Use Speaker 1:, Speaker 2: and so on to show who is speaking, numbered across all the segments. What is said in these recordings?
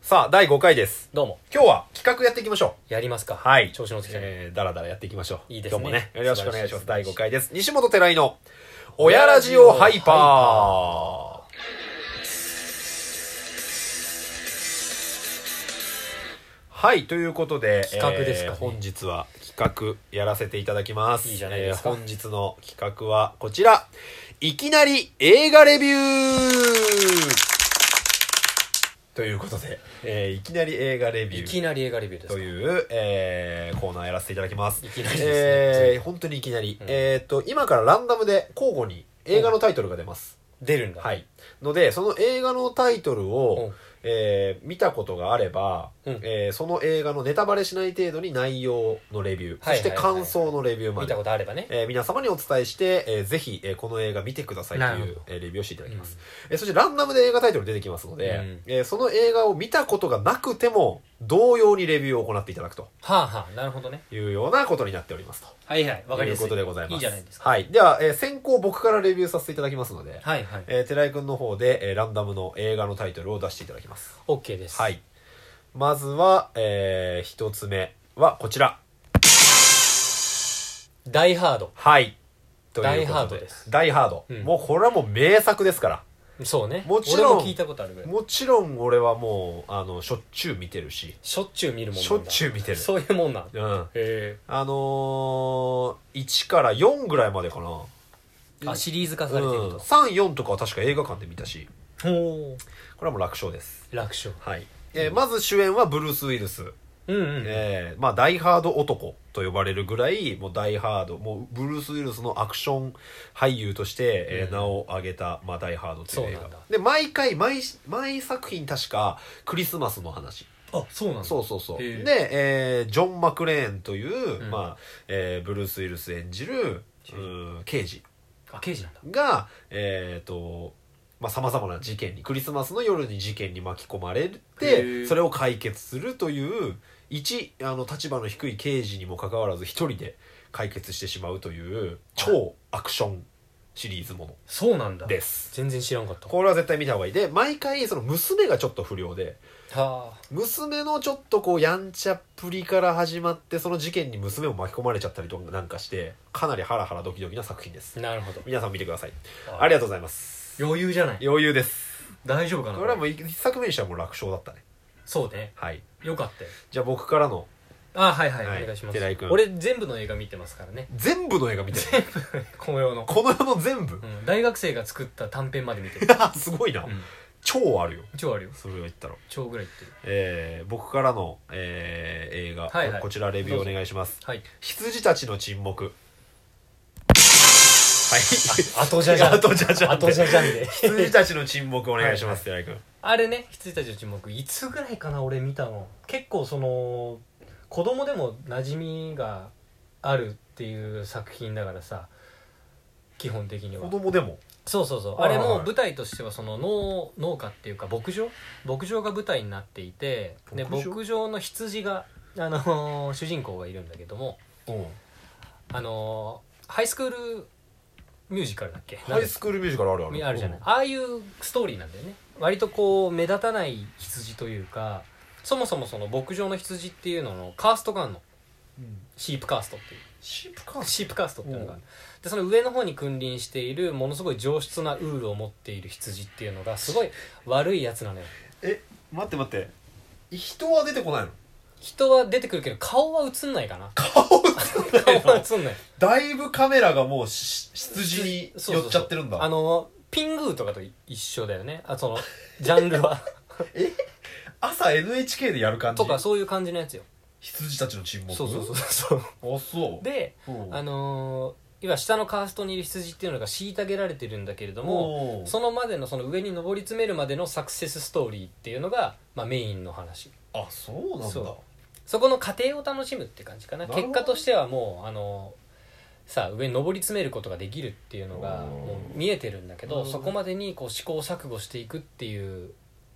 Speaker 1: さあ、第5回です。
Speaker 2: どうも。
Speaker 1: 今日は企画やっていきましょう。
Speaker 2: やりますか。
Speaker 1: はい。
Speaker 2: 調子のつきだね。
Speaker 1: えー、だらだらやっていきましょう。
Speaker 2: いいです
Speaker 1: ど
Speaker 2: ね
Speaker 1: うもね。よろしくお願いします。
Speaker 2: 素晴ら
Speaker 1: 第
Speaker 2: しい
Speaker 1: 5回です。西本寺井の、親ラジオハイパー。はい、ということで、
Speaker 2: 企画ですかね
Speaker 1: 本日は企画やらせていただきます。
Speaker 2: いいじゃないですか
Speaker 1: 本日の企画はこちら。いきなり映画レビューということで、えーいきなり映画レビュー。
Speaker 2: いきなり映画レビューです
Speaker 1: と
Speaker 2: か。
Speaker 1: いう、えーコーナーやらせていただきます。
Speaker 2: いきなりですね
Speaker 1: えー本当にいきなり。
Speaker 2: うん
Speaker 1: えーっと、今からランダムで交互に映画のタイトルが出ます。
Speaker 2: 出るんだ。。
Speaker 1: はいい。ので、その映画のタイトルを、
Speaker 2: うん
Speaker 1: えー見たことがあれば、
Speaker 2: うん
Speaker 1: えーその映画のネタバレしない程度に内容のレビュー、
Speaker 2: はい
Speaker 1: そして感想のレビューま
Speaker 2: 見
Speaker 1: で
Speaker 2: たこ、とあればね。
Speaker 1: えー皆様にお伝えして、えーぜひ、えーこの映画見てくださいと
Speaker 2: なるほ
Speaker 1: いう
Speaker 2: ど、
Speaker 1: えーレビューをしていただきます、えーそしてランダムで映画タイトル出てきますので、
Speaker 2: うん
Speaker 1: えーその映画を見たことがなくても同様にレビューを行っていただくと
Speaker 2: はあはあ、なるほどね。
Speaker 1: いうようなことになっておりますと
Speaker 2: はいはい。わかりやすい。
Speaker 1: いうことでございます
Speaker 2: いいじゃないですか。
Speaker 1: はい、では、えー先行僕からレビューさせていただきますので、
Speaker 2: はいはい。
Speaker 1: えー寺井君の方で、えーランダムの映画のタイトルを出していただきます
Speaker 2: OK です。
Speaker 1: は。いまずは、えー一つ目はこちら
Speaker 2: ダイハード。
Speaker 1: はいと
Speaker 2: ダ
Speaker 1: い
Speaker 2: イ
Speaker 1: うこ
Speaker 2: ハー
Speaker 1: と
Speaker 2: ド
Speaker 1: で
Speaker 2: です
Speaker 1: ダイハード、
Speaker 2: うん
Speaker 1: もうこれはもう名作ですから
Speaker 2: そうね。
Speaker 1: もちろん
Speaker 2: 俺も聞いたことあるぐらい。
Speaker 1: もちろん俺はもうあのしょっちゅう見てるし
Speaker 2: しょっちゅう見るもんなんだ。
Speaker 1: しょっちゅう見てる
Speaker 2: そういうもんなん。へ
Speaker 1: うん
Speaker 2: え。
Speaker 1: あのー、1から4ぐらいまでかな、
Speaker 2: あ、シリーズ化
Speaker 1: う
Speaker 2: されてる
Speaker 1: ん、
Speaker 2: と。
Speaker 1: 34とかは確か映画館で見たし
Speaker 2: ほ
Speaker 1: これはもう楽勝です
Speaker 2: う。楽勝。
Speaker 1: はい、えーまず主演はブルース・ウィルス、
Speaker 2: うんうん。
Speaker 1: えーまあ、ダイハード男と呼ばれるぐらいもうダイハードもうブルース・ウィルスのアクション俳優として、えー
Speaker 2: うん
Speaker 1: 名を挙げた、まあ、ダイハードという映
Speaker 2: そうな
Speaker 1: 画
Speaker 2: んだ
Speaker 1: で毎回毎毎作品確かクリスマスの話
Speaker 2: あ、そうなんだ。
Speaker 1: そうそうそう。
Speaker 2: へ
Speaker 1: で
Speaker 2: え、
Speaker 1: えージョン・マクレーンという、
Speaker 2: うん
Speaker 1: まあ、えーブルース・ウィルス演じる、
Speaker 2: 刑事
Speaker 1: うん刑事
Speaker 2: あ、刑事なんだ。
Speaker 1: が、えっ、と、まあ、様々な事件に、クリスマスの夜に事件に巻き込まれ
Speaker 2: へ
Speaker 1: て、
Speaker 2: え
Speaker 1: それを解決するという、一、あの、立場の低い刑事にもかかわらず、一人で解決してしまうという、超アクションシリーズもの
Speaker 2: そうなんだ。
Speaker 1: です。
Speaker 2: 全然知らんかった。
Speaker 1: これは絶対見た方がいい。で、毎回、その娘がちょっと不良で、
Speaker 2: はあ。
Speaker 1: 娘のちょっとこうやんちゃっぷりから始まってその事件に娘も巻き込まれちゃったりとかなんかしてかなりハラハラドキドキな作品です
Speaker 2: なるほど。
Speaker 1: 皆さん見てください
Speaker 2: あ
Speaker 1: ありがとうございます
Speaker 2: 余裕じゃない。
Speaker 1: 余裕です
Speaker 2: 大丈夫かな
Speaker 1: これはもう一作目にしてはもう楽勝だったね
Speaker 2: そうね。
Speaker 1: はい
Speaker 2: よかったよ。
Speaker 1: じゃあ僕からの
Speaker 2: あはいはい、
Speaker 1: はい
Speaker 2: お願いします
Speaker 1: 寺井君
Speaker 2: 俺全部の映画見てますからね
Speaker 1: 全部の映画見てる
Speaker 2: この世の、
Speaker 1: この世の全部
Speaker 2: うん、大学生が作った短編まで見てる、
Speaker 1: すごいな、
Speaker 2: うん、
Speaker 1: 超あるよ
Speaker 2: 超あるよ
Speaker 1: それを言ったら
Speaker 2: 超ぐらいいってる
Speaker 1: えー、僕からの、えー映画、
Speaker 2: はいはい
Speaker 1: こちらレビューお願いします
Speaker 2: はい
Speaker 1: 羊たちの沈黙はい
Speaker 2: 後じゃじゃん
Speaker 1: 後じゃじゃんで
Speaker 2: 後じゃじゃんで
Speaker 1: 羊たちの沈黙お願いします、寺井君。
Speaker 2: あれね羊たちの沈黙いつぐらいかな俺見たの結構その子供でも馴染みがあるっていう作品だからさ基本的には
Speaker 1: 子供でも。
Speaker 2: そうそうそう
Speaker 1: は
Speaker 2: あ
Speaker 1: いはい
Speaker 2: れも舞台としてはその農農家っていうか牧場牧場が舞台になっていてで
Speaker 1: 牧場
Speaker 2: 牧場の羊が、あのー主人公がいるんだけども、あのーハイスクールミュージカルだっけ
Speaker 1: ハイスクールミュージカルあるあ
Speaker 2: なん
Speaker 1: る。
Speaker 2: だあるじゃないああいうストーリーなんだよね割とこう目立たない羊というかそもそもその牧場の羊っていうののカーストがあるの
Speaker 1: うん。
Speaker 2: シープカーストっていう
Speaker 1: シープカース
Speaker 2: シープカーストっていうのがある
Speaker 1: う
Speaker 2: でその上の方に君臨しているものすごい上質なウールを持っている羊っていうのがすごい悪いやつなのよ
Speaker 1: え、待って待って。人は出てこないの
Speaker 2: 人は出てくるけど顔は映んないかな
Speaker 1: 顔
Speaker 2: 顔
Speaker 1: 映んない
Speaker 2: は
Speaker 1: の
Speaker 2: 映んない
Speaker 1: だいぶカメラがもうし羊に
Speaker 2: そう
Speaker 1: 寄
Speaker 2: そうそう
Speaker 1: っちゃってるんだ。
Speaker 2: あのピングーとかと一緒だよねあそのジャン ルは
Speaker 1: 朝 NHK でやる感じ。
Speaker 2: とかそういう感じのやつよ
Speaker 1: 羊たちの沈黙。
Speaker 2: そうそうそうそう
Speaker 1: う。あ、そう。
Speaker 2: で
Speaker 1: うん、
Speaker 2: あのー、今下のカーストにいる羊っていうのが虐げられてるんだけれども
Speaker 1: も
Speaker 2: そのまでのその上に上り詰めるまでのサクセスストーリーっていうのが、まあ、メインの話
Speaker 1: あ、そうなんだ。
Speaker 2: そそこの過程を楽しむって感じかな
Speaker 1: なるほど
Speaker 2: 結果としてはもうあのーさあ上に上り詰めることができるっていうのが
Speaker 1: おー
Speaker 2: もう見えてるんだけ
Speaker 1: な
Speaker 2: ど
Speaker 1: るほど
Speaker 2: そこまでにこう試行錯誤していくっていう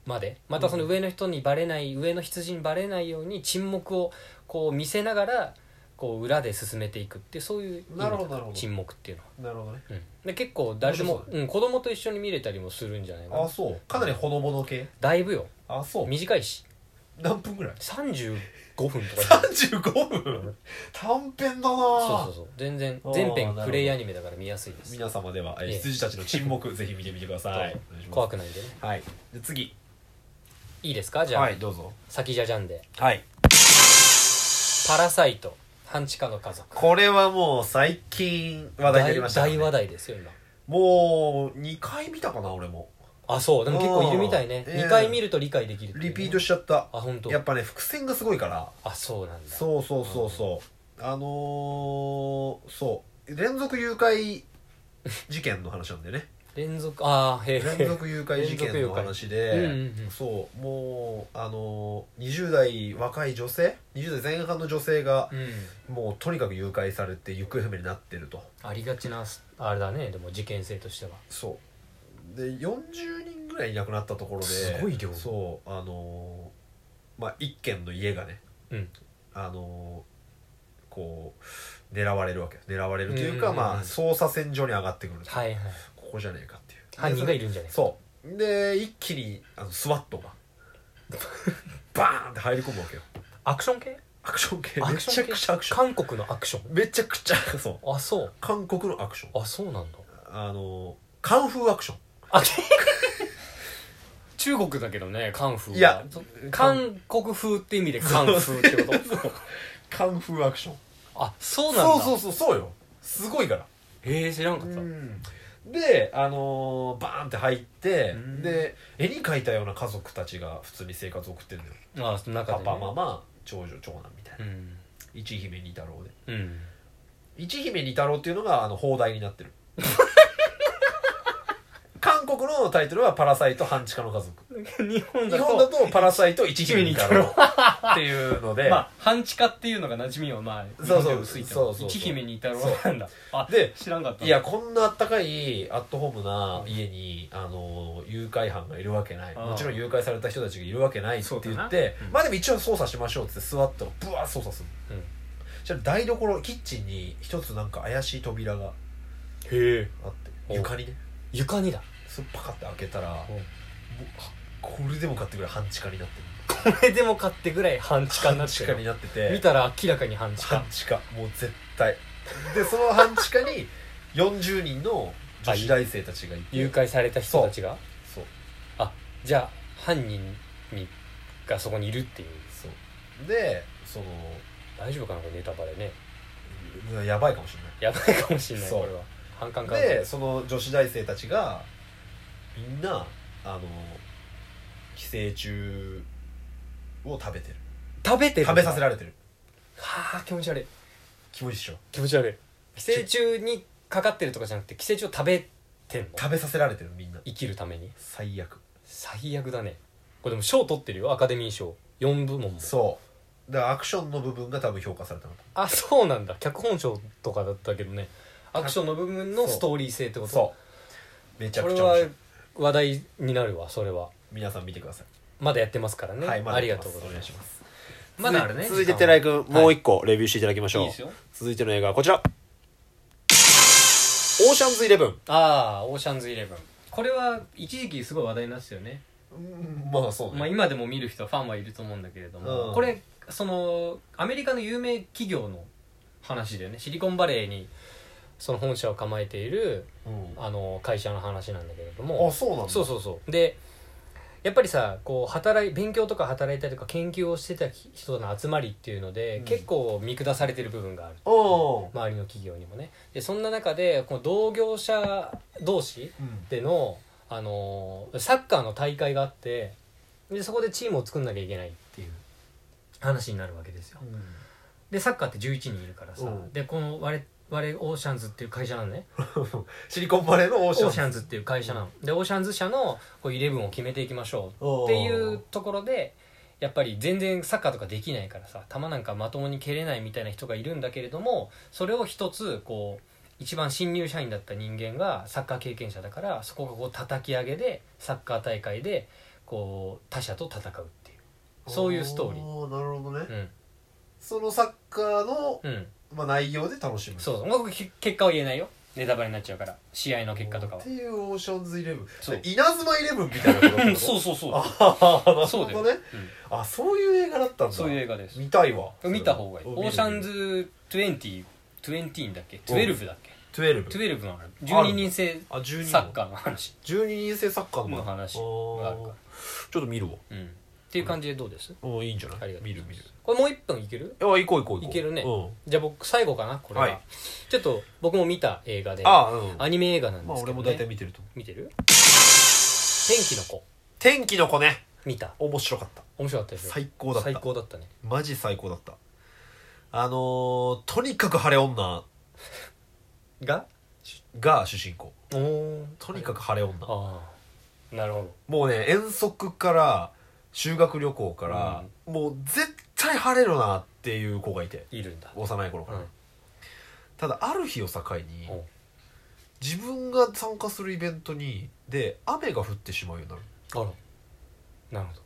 Speaker 2: までまたその上の人にバレない上の羊にバレないように沈黙をこう見せながらこう裏で進めていくっていうそういう意味
Speaker 1: なる
Speaker 2: だ
Speaker 1: ほどなるほど
Speaker 2: 沈黙っていうのは、
Speaker 1: なるほどね。
Speaker 2: うん、で結構誰で
Speaker 1: 面
Speaker 2: も
Speaker 1: 白、
Speaker 2: うん、子供と一緒に見れたりもするんじゃないか
Speaker 1: あ、
Speaker 2: な
Speaker 1: そう。かなりほのぼの系。
Speaker 2: だいぶよ
Speaker 1: あ、そう。
Speaker 2: 短いし
Speaker 1: 何分ぐらい
Speaker 2: 35分 とか
Speaker 1: 35分短編だな
Speaker 2: そうそうそう全然
Speaker 1: あー
Speaker 2: 全
Speaker 1: なる
Speaker 2: 編
Speaker 1: ほど
Speaker 2: プレイアニメだから見やすいです
Speaker 1: 皆様では、えー
Speaker 2: ええ
Speaker 1: 羊たちの沈黙 ぜひ見てみてくださいお願いします
Speaker 2: 怖くないんでね
Speaker 1: はいで次
Speaker 2: いいですかじゃあ、
Speaker 1: はいどうぞ
Speaker 2: 先じゃじゃんで
Speaker 1: はい
Speaker 2: 「パラサイト半地下の家族」
Speaker 1: これはもう最近話題になりましたからね、
Speaker 2: 大大話題ですよ今
Speaker 1: もう2回見たかな俺も
Speaker 2: あそうでも結構いるみたいね、
Speaker 1: うんええ
Speaker 2: 2回見ると理解できるっていうね、
Speaker 1: リピートしちゃった
Speaker 2: あ本当
Speaker 1: やっぱね伏線がすごいから
Speaker 2: あそうなんだ
Speaker 1: そうそうそうそうあのー、そう連続誘拐事件の話なんで ね
Speaker 2: 連続ああへ
Speaker 1: 連
Speaker 2: え
Speaker 1: 続誘拐事件の話で、
Speaker 2: 連続誘拐うんうんうん
Speaker 1: そうもうあのー、20代若い女性20代前半の女性が
Speaker 2: う、ん
Speaker 1: もうとにかく誘拐されて行方不明になってると
Speaker 2: ありがちなあれだねでも事件性としては
Speaker 1: そうで40人ぐらいいなくなったところです
Speaker 2: ごい量
Speaker 1: そうあのーまあ一軒の家がね
Speaker 2: うん
Speaker 1: あのーこう狙われるわけ狙われるというか、
Speaker 2: うんうんうん
Speaker 1: まあ捜査線上に上がってくる、
Speaker 2: はいはい
Speaker 1: ここじゃねえかっていう
Speaker 2: 犯人がい
Speaker 1: る
Speaker 2: るんじゃない
Speaker 1: そうで一気にあのスワッ トがバーンって入り込むわけよ
Speaker 2: アクション系
Speaker 1: アクション系
Speaker 2: ア
Speaker 1: め
Speaker 2: クション系
Speaker 1: ちゃくちゃアクション
Speaker 2: 韓国のアクション
Speaker 1: めちゃくちゃそう
Speaker 2: あそう
Speaker 1: 韓国のアクション
Speaker 2: あそうなんだ
Speaker 1: あのーカンフーアクション
Speaker 2: あ中国だけどねカンフーはい
Speaker 1: や
Speaker 2: そ
Speaker 1: 韓
Speaker 2: 韓国風って意味でカンフーってこと
Speaker 1: カンフーアクション
Speaker 2: あそうなんだ
Speaker 1: そうそうそうそうよすごいから
Speaker 2: へえ知らんかった
Speaker 1: であのーバーンって入って、
Speaker 2: うん
Speaker 1: で絵に描いたような家族たちが普通に生活を送ってるのよ
Speaker 2: あその中
Speaker 1: パ
Speaker 2: で、ね、
Speaker 1: パママ長女長男みたいな、
Speaker 2: うん
Speaker 1: 一姫二太郎で
Speaker 2: うん
Speaker 1: 一姫二太郎っていうのがあの放題にな ってる韓国のタイトルは「パラサイト半地下の家族」
Speaker 2: 日本
Speaker 1: 日
Speaker 2: だと
Speaker 1: 本だと「パラサイト一姫二太郎」っていうので、
Speaker 3: まあ半地下っていうのが馴染みはまあ
Speaker 1: そ
Speaker 3: 日
Speaker 1: うそう
Speaker 3: 本では薄いけ
Speaker 1: そう
Speaker 3: ど
Speaker 1: そうそう
Speaker 3: 一姫にいたろなんだあ
Speaker 1: で
Speaker 3: 知らんかった
Speaker 1: いやこんなあったかいアットホームな家に、あの誘拐犯がいるわけない
Speaker 3: ああ
Speaker 1: もちろん誘拐された人たちがいるわけないって
Speaker 3: そうだ
Speaker 1: 言
Speaker 3: な
Speaker 1: って、まあでも一応捜査しましょうっつってスワットがブワー捜査する、
Speaker 2: うん
Speaker 1: じゃあ台所キッチンに一つなんか怪しい扉が
Speaker 2: へえ
Speaker 1: あって
Speaker 2: お
Speaker 1: 床にね
Speaker 2: 床にだ
Speaker 1: それパカって開けたらも
Speaker 2: お
Speaker 1: うあこれでもかってくらい半地下になって
Speaker 2: これでも買ってぐらい半地下
Speaker 1: る
Speaker 2: にな
Speaker 1: 半
Speaker 2: っ
Speaker 1: 地
Speaker 2: て
Speaker 1: 下
Speaker 2: る
Speaker 1: になってて
Speaker 2: 見たら明らかに半地下
Speaker 1: 半地下もう絶対でその半地下に40人の女子大生たちがいて
Speaker 2: 誘拐された人たちが
Speaker 1: そう
Speaker 2: じゃあ犯人にがそこにいるっていう
Speaker 1: そうでその
Speaker 2: 大丈夫かなこれネタバレね
Speaker 1: うわやばいかもしれない
Speaker 2: やばいかもしれない
Speaker 1: そう
Speaker 2: これは反感感
Speaker 1: でその女子大生たちがみんなあの寄生虫を食べてる
Speaker 2: 食べてる
Speaker 1: 食べさせられてる
Speaker 2: はあ気持ち悪い
Speaker 1: 気持ちいいでしょ
Speaker 2: 気持ち悪い寄生虫にかかってるとかじゃなくて寄生虫を食べてんの
Speaker 1: 食べさせられてるみんな
Speaker 2: 生きるために
Speaker 1: 最悪
Speaker 2: 最悪だねこれでも賞取ってるよアカデミー賞4部門も
Speaker 1: そうだからアクションの部分が多分評価されたの
Speaker 2: あそうなんだ脚本賞とかだったけどねアクションの部分のストーリー性ってこと
Speaker 1: そうめちゃ
Speaker 2: こ
Speaker 1: く
Speaker 2: れ
Speaker 1: ちゃ面
Speaker 2: は
Speaker 1: 白い
Speaker 2: 話題になるわそれは
Speaker 1: 皆さん見てください
Speaker 2: まだやってますからね、
Speaker 1: はいまだ
Speaker 2: あ
Speaker 1: や
Speaker 2: り
Speaker 1: って
Speaker 2: が
Speaker 1: ます
Speaker 2: とうございます
Speaker 1: お願いします
Speaker 2: まだあるね
Speaker 1: 続いて
Speaker 2: 時間は
Speaker 1: 寺井君もう一個レビューしていただきましょう、
Speaker 3: いいですよ
Speaker 1: 続いての映画はこちら「オーシャンズイレブン」
Speaker 2: ああオーシャンズイレブン
Speaker 3: これは一時期すごい話題になってたよね、
Speaker 1: まあそう
Speaker 3: まあ、今でも見る人はファンはいると思うんだけれども、
Speaker 1: うん
Speaker 3: これそのアメリカの有名企業の話だよね
Speaker 2: シリコンバレーにその本社を構えている
Speaker 1: うん
Speaker 2: あの会社の話なんだけれど
Speaker 1: あ
Speaker 2: も
Speaker 1: そうなんだ
Speaker 2: そうそうそうでやっぱりさこう働い勉強とか働いたりとか研究をしてた人の集まりっていうので、
Speaker 1: うん
Speaker 2: 結構見下されてる部分がある
Speaker 1: お
Speaker 2: 周りの企業にもねでそんな中でこの同業者同士
Speaker 1: うん
Speaker 2: での、あのーサッカーの大会があってでそこでチームを作んなきゃいけないっていう話になるわけですよでサッカーって11人いるからさ、
Speaker 1: うん
Speaker 2: でこの我我オーシャンズっていう会社なのね
Speaker 1: シリコンバレーのオー
Speaker 2: オ
Speaker 1: シャン
Speaker 2: ーシャンズっていう会社なの、でオーシャンズ社のこうイレブンを決めていきましょうっていうところでやっぱり全然サッカーとかできないからさ球なんかまともに蹴れないみたいな人がいるんだけれどもそれを一つこう一番新入社員だった人間がサッカー経験者だからそこがこう叩き上げでサッカー大会でこう他者と戦うっていうそういうストーリー
Speaker 1: おなるほどね、
Speaker 2: うん
Speaker 1: そのサッカーの、
Speaker 2: うん
Speaker 1: まあ、内容で楽しむ
Speaker 2: そうそう僕け結果は言えないよネタバレになっちゃうから試合の結果とか
Speaker 1: っ
Speaker 2: は
Speaker 1: ていうオーシャンズイレブン
Speaker 2: そう
Speaker 1: 稲妻イレブンみたいなことって
Speaker 2: う
Speaker 1: こ
Speaker 2: ん
Speaker 1: と
Speaker 2: そうそうそう
Speaker 1: ああなる
Speaker 2: そうだ
Speaker 1: ほど
Speaker 2: よ
Speaker 1: ね
Speaker 2: うん
Speaker 1: あそういう映画だったんだ
Speaker 2: そういう映画です
Speaker 1: 見たいわ
Speaker 2: 見た方がいい
Speaker 1: うん
Speaker 2: オーシャンズ2020だっけ12だっけ
Speaker 1: 12
Speaker 2: 12のある12人制
Speaker 1: あ12人
Speaker 2: サッカーの話
Speaker 1: 12人制サッカーの
Speaker 2: の話
Speaker 1: あー
Speaker 2: があるから
Speaker 1: ちょっと見るわ
Speaker 2: うんっていう感じでどうです
Speaker 1: おいいんじゃな
Speaker 2: あ
Speaker 1: い
Speaker 2: りがとう
Speaker 1: 見
Speaker 2: ござ
Speaker 1: る
Speaker 2: います
Speaker 1: 見る
Speaker 2: これもう1分いける
Speaker 1: あ行こう行こう行こうい
Speaker 2: いけるね
Speaker 1: うん
Speaker 2: じゃあ僕最後かなこれ
Speaker 1: は
Speaker 2: はいちょっと僕も見た映画で
Speaker 1: あうん
Speaker 2: アニメ映画なん
Speaker 1: ま
Speaker 2: で
Speaker 1: あ
Speaker 2: すけ
Speaker 1: 俺も
Speaker 2: どね
Speaker 1: 大体見てると思う
Speaker 2: 見てる天気の子
Speaker 1: 天気の子ね
Speaker 2: 見た
Speaker 1: 面白かった
Speaker 2: 面白かったでしょ
Speaker 1: 最高だった
Speaker 2: 最高だったね
Speaker 1: マジ最高だったあのーとにかく晴れ女
Speaker 2: が
Speaker 1: が主人公
Speaker 2: おお
Speaker 1: とにかく晴れ女
Speaker 2: ああなるほど
Speaker 1: もうね遠足から修学旅行から、もう絶対晴れるなっていう子がいて
Speaker 2: いるんだ
Speaker 1: 幼い頃から、
Speaker 2: うん
Speaker 1: ただある日を境に
Speaker 2: お
Speaker 1: 自分が参加するイベントにで雨が降ってしまうようになる
Speaker 2: あらなるほど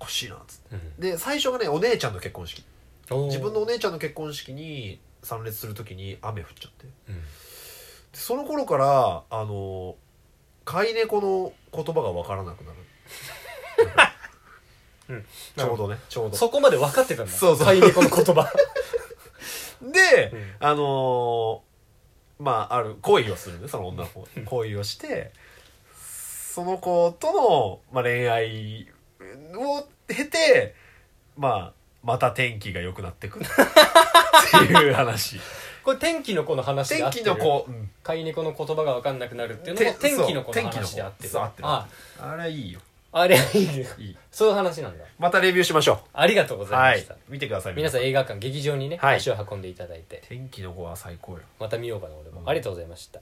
Speaker 1: おかしいなっつって
Speaker 2: うん
Speaker 1: で最初がねお姉ちゃんの結婚式
Speaker 2: おー
Speaker 1: 自分のお姉ちゃんの結婚式に参列する時に雨降っちゃって
Speaker 2: うん
Speaker 1: でその頃からあの飼い猫の言葉が分からなくなる
Speaker 2: うん
Speaker 1: ちょうどねちょうど
Speaker 2: そこまで分かってたんだ
Speaker 1: そうそう
Speaker 2: 飼い猫の言 葉
Speaker 1: で、
Speaker 2: うん
Speaker 1: あのーまあある恋をするねその女の 子が恋をしてその子との、まあ、恋愛を経てまあまた天気が良くなってくるっていう 話
Speaker 2: これ天気の子の話で合
Speaker 1: 天
Speaker 2: って
Speaker 1: 気
Speaker 2: る
Speaker 1: の子、うん
Speaker 2: 飼い猫の言葉が分かんなくなるっていうのも
Speaker 1: て
Speaker 2: 天気の子
Speaker 1: そ
Speaker 2: の
Speaker 1: う
Speaker 2: 話で合って
Speaker 1: 天気の子そう
Speaker 2: る
Speaker 1: 合ってる
Speaker 2: あ
Speaker 1: あれいいよ
Speaker 2: あれいいね
Speaker 1: いい
Speaker 2: そういう話なんだ
Speaker 1: またレビューしましょ
Speaker 2: ありがとうご
Speaker 1: う
Speaker 2: ざ
Speaker 1: はい
Speaker 2: ま
Speaker 1: い
Speaker 2: した、
Speaker 1: 見てください
Speaker 2: 皆さん映画館劇場にね、
Speaker 1: はい
Speaker 2: 足を運んでいただいて
Speaker 1: 天気の子は最高よ
Speaker 2: また見ようかな俺も、
Speaker 1: うん
Speaker 2: ありがとうございました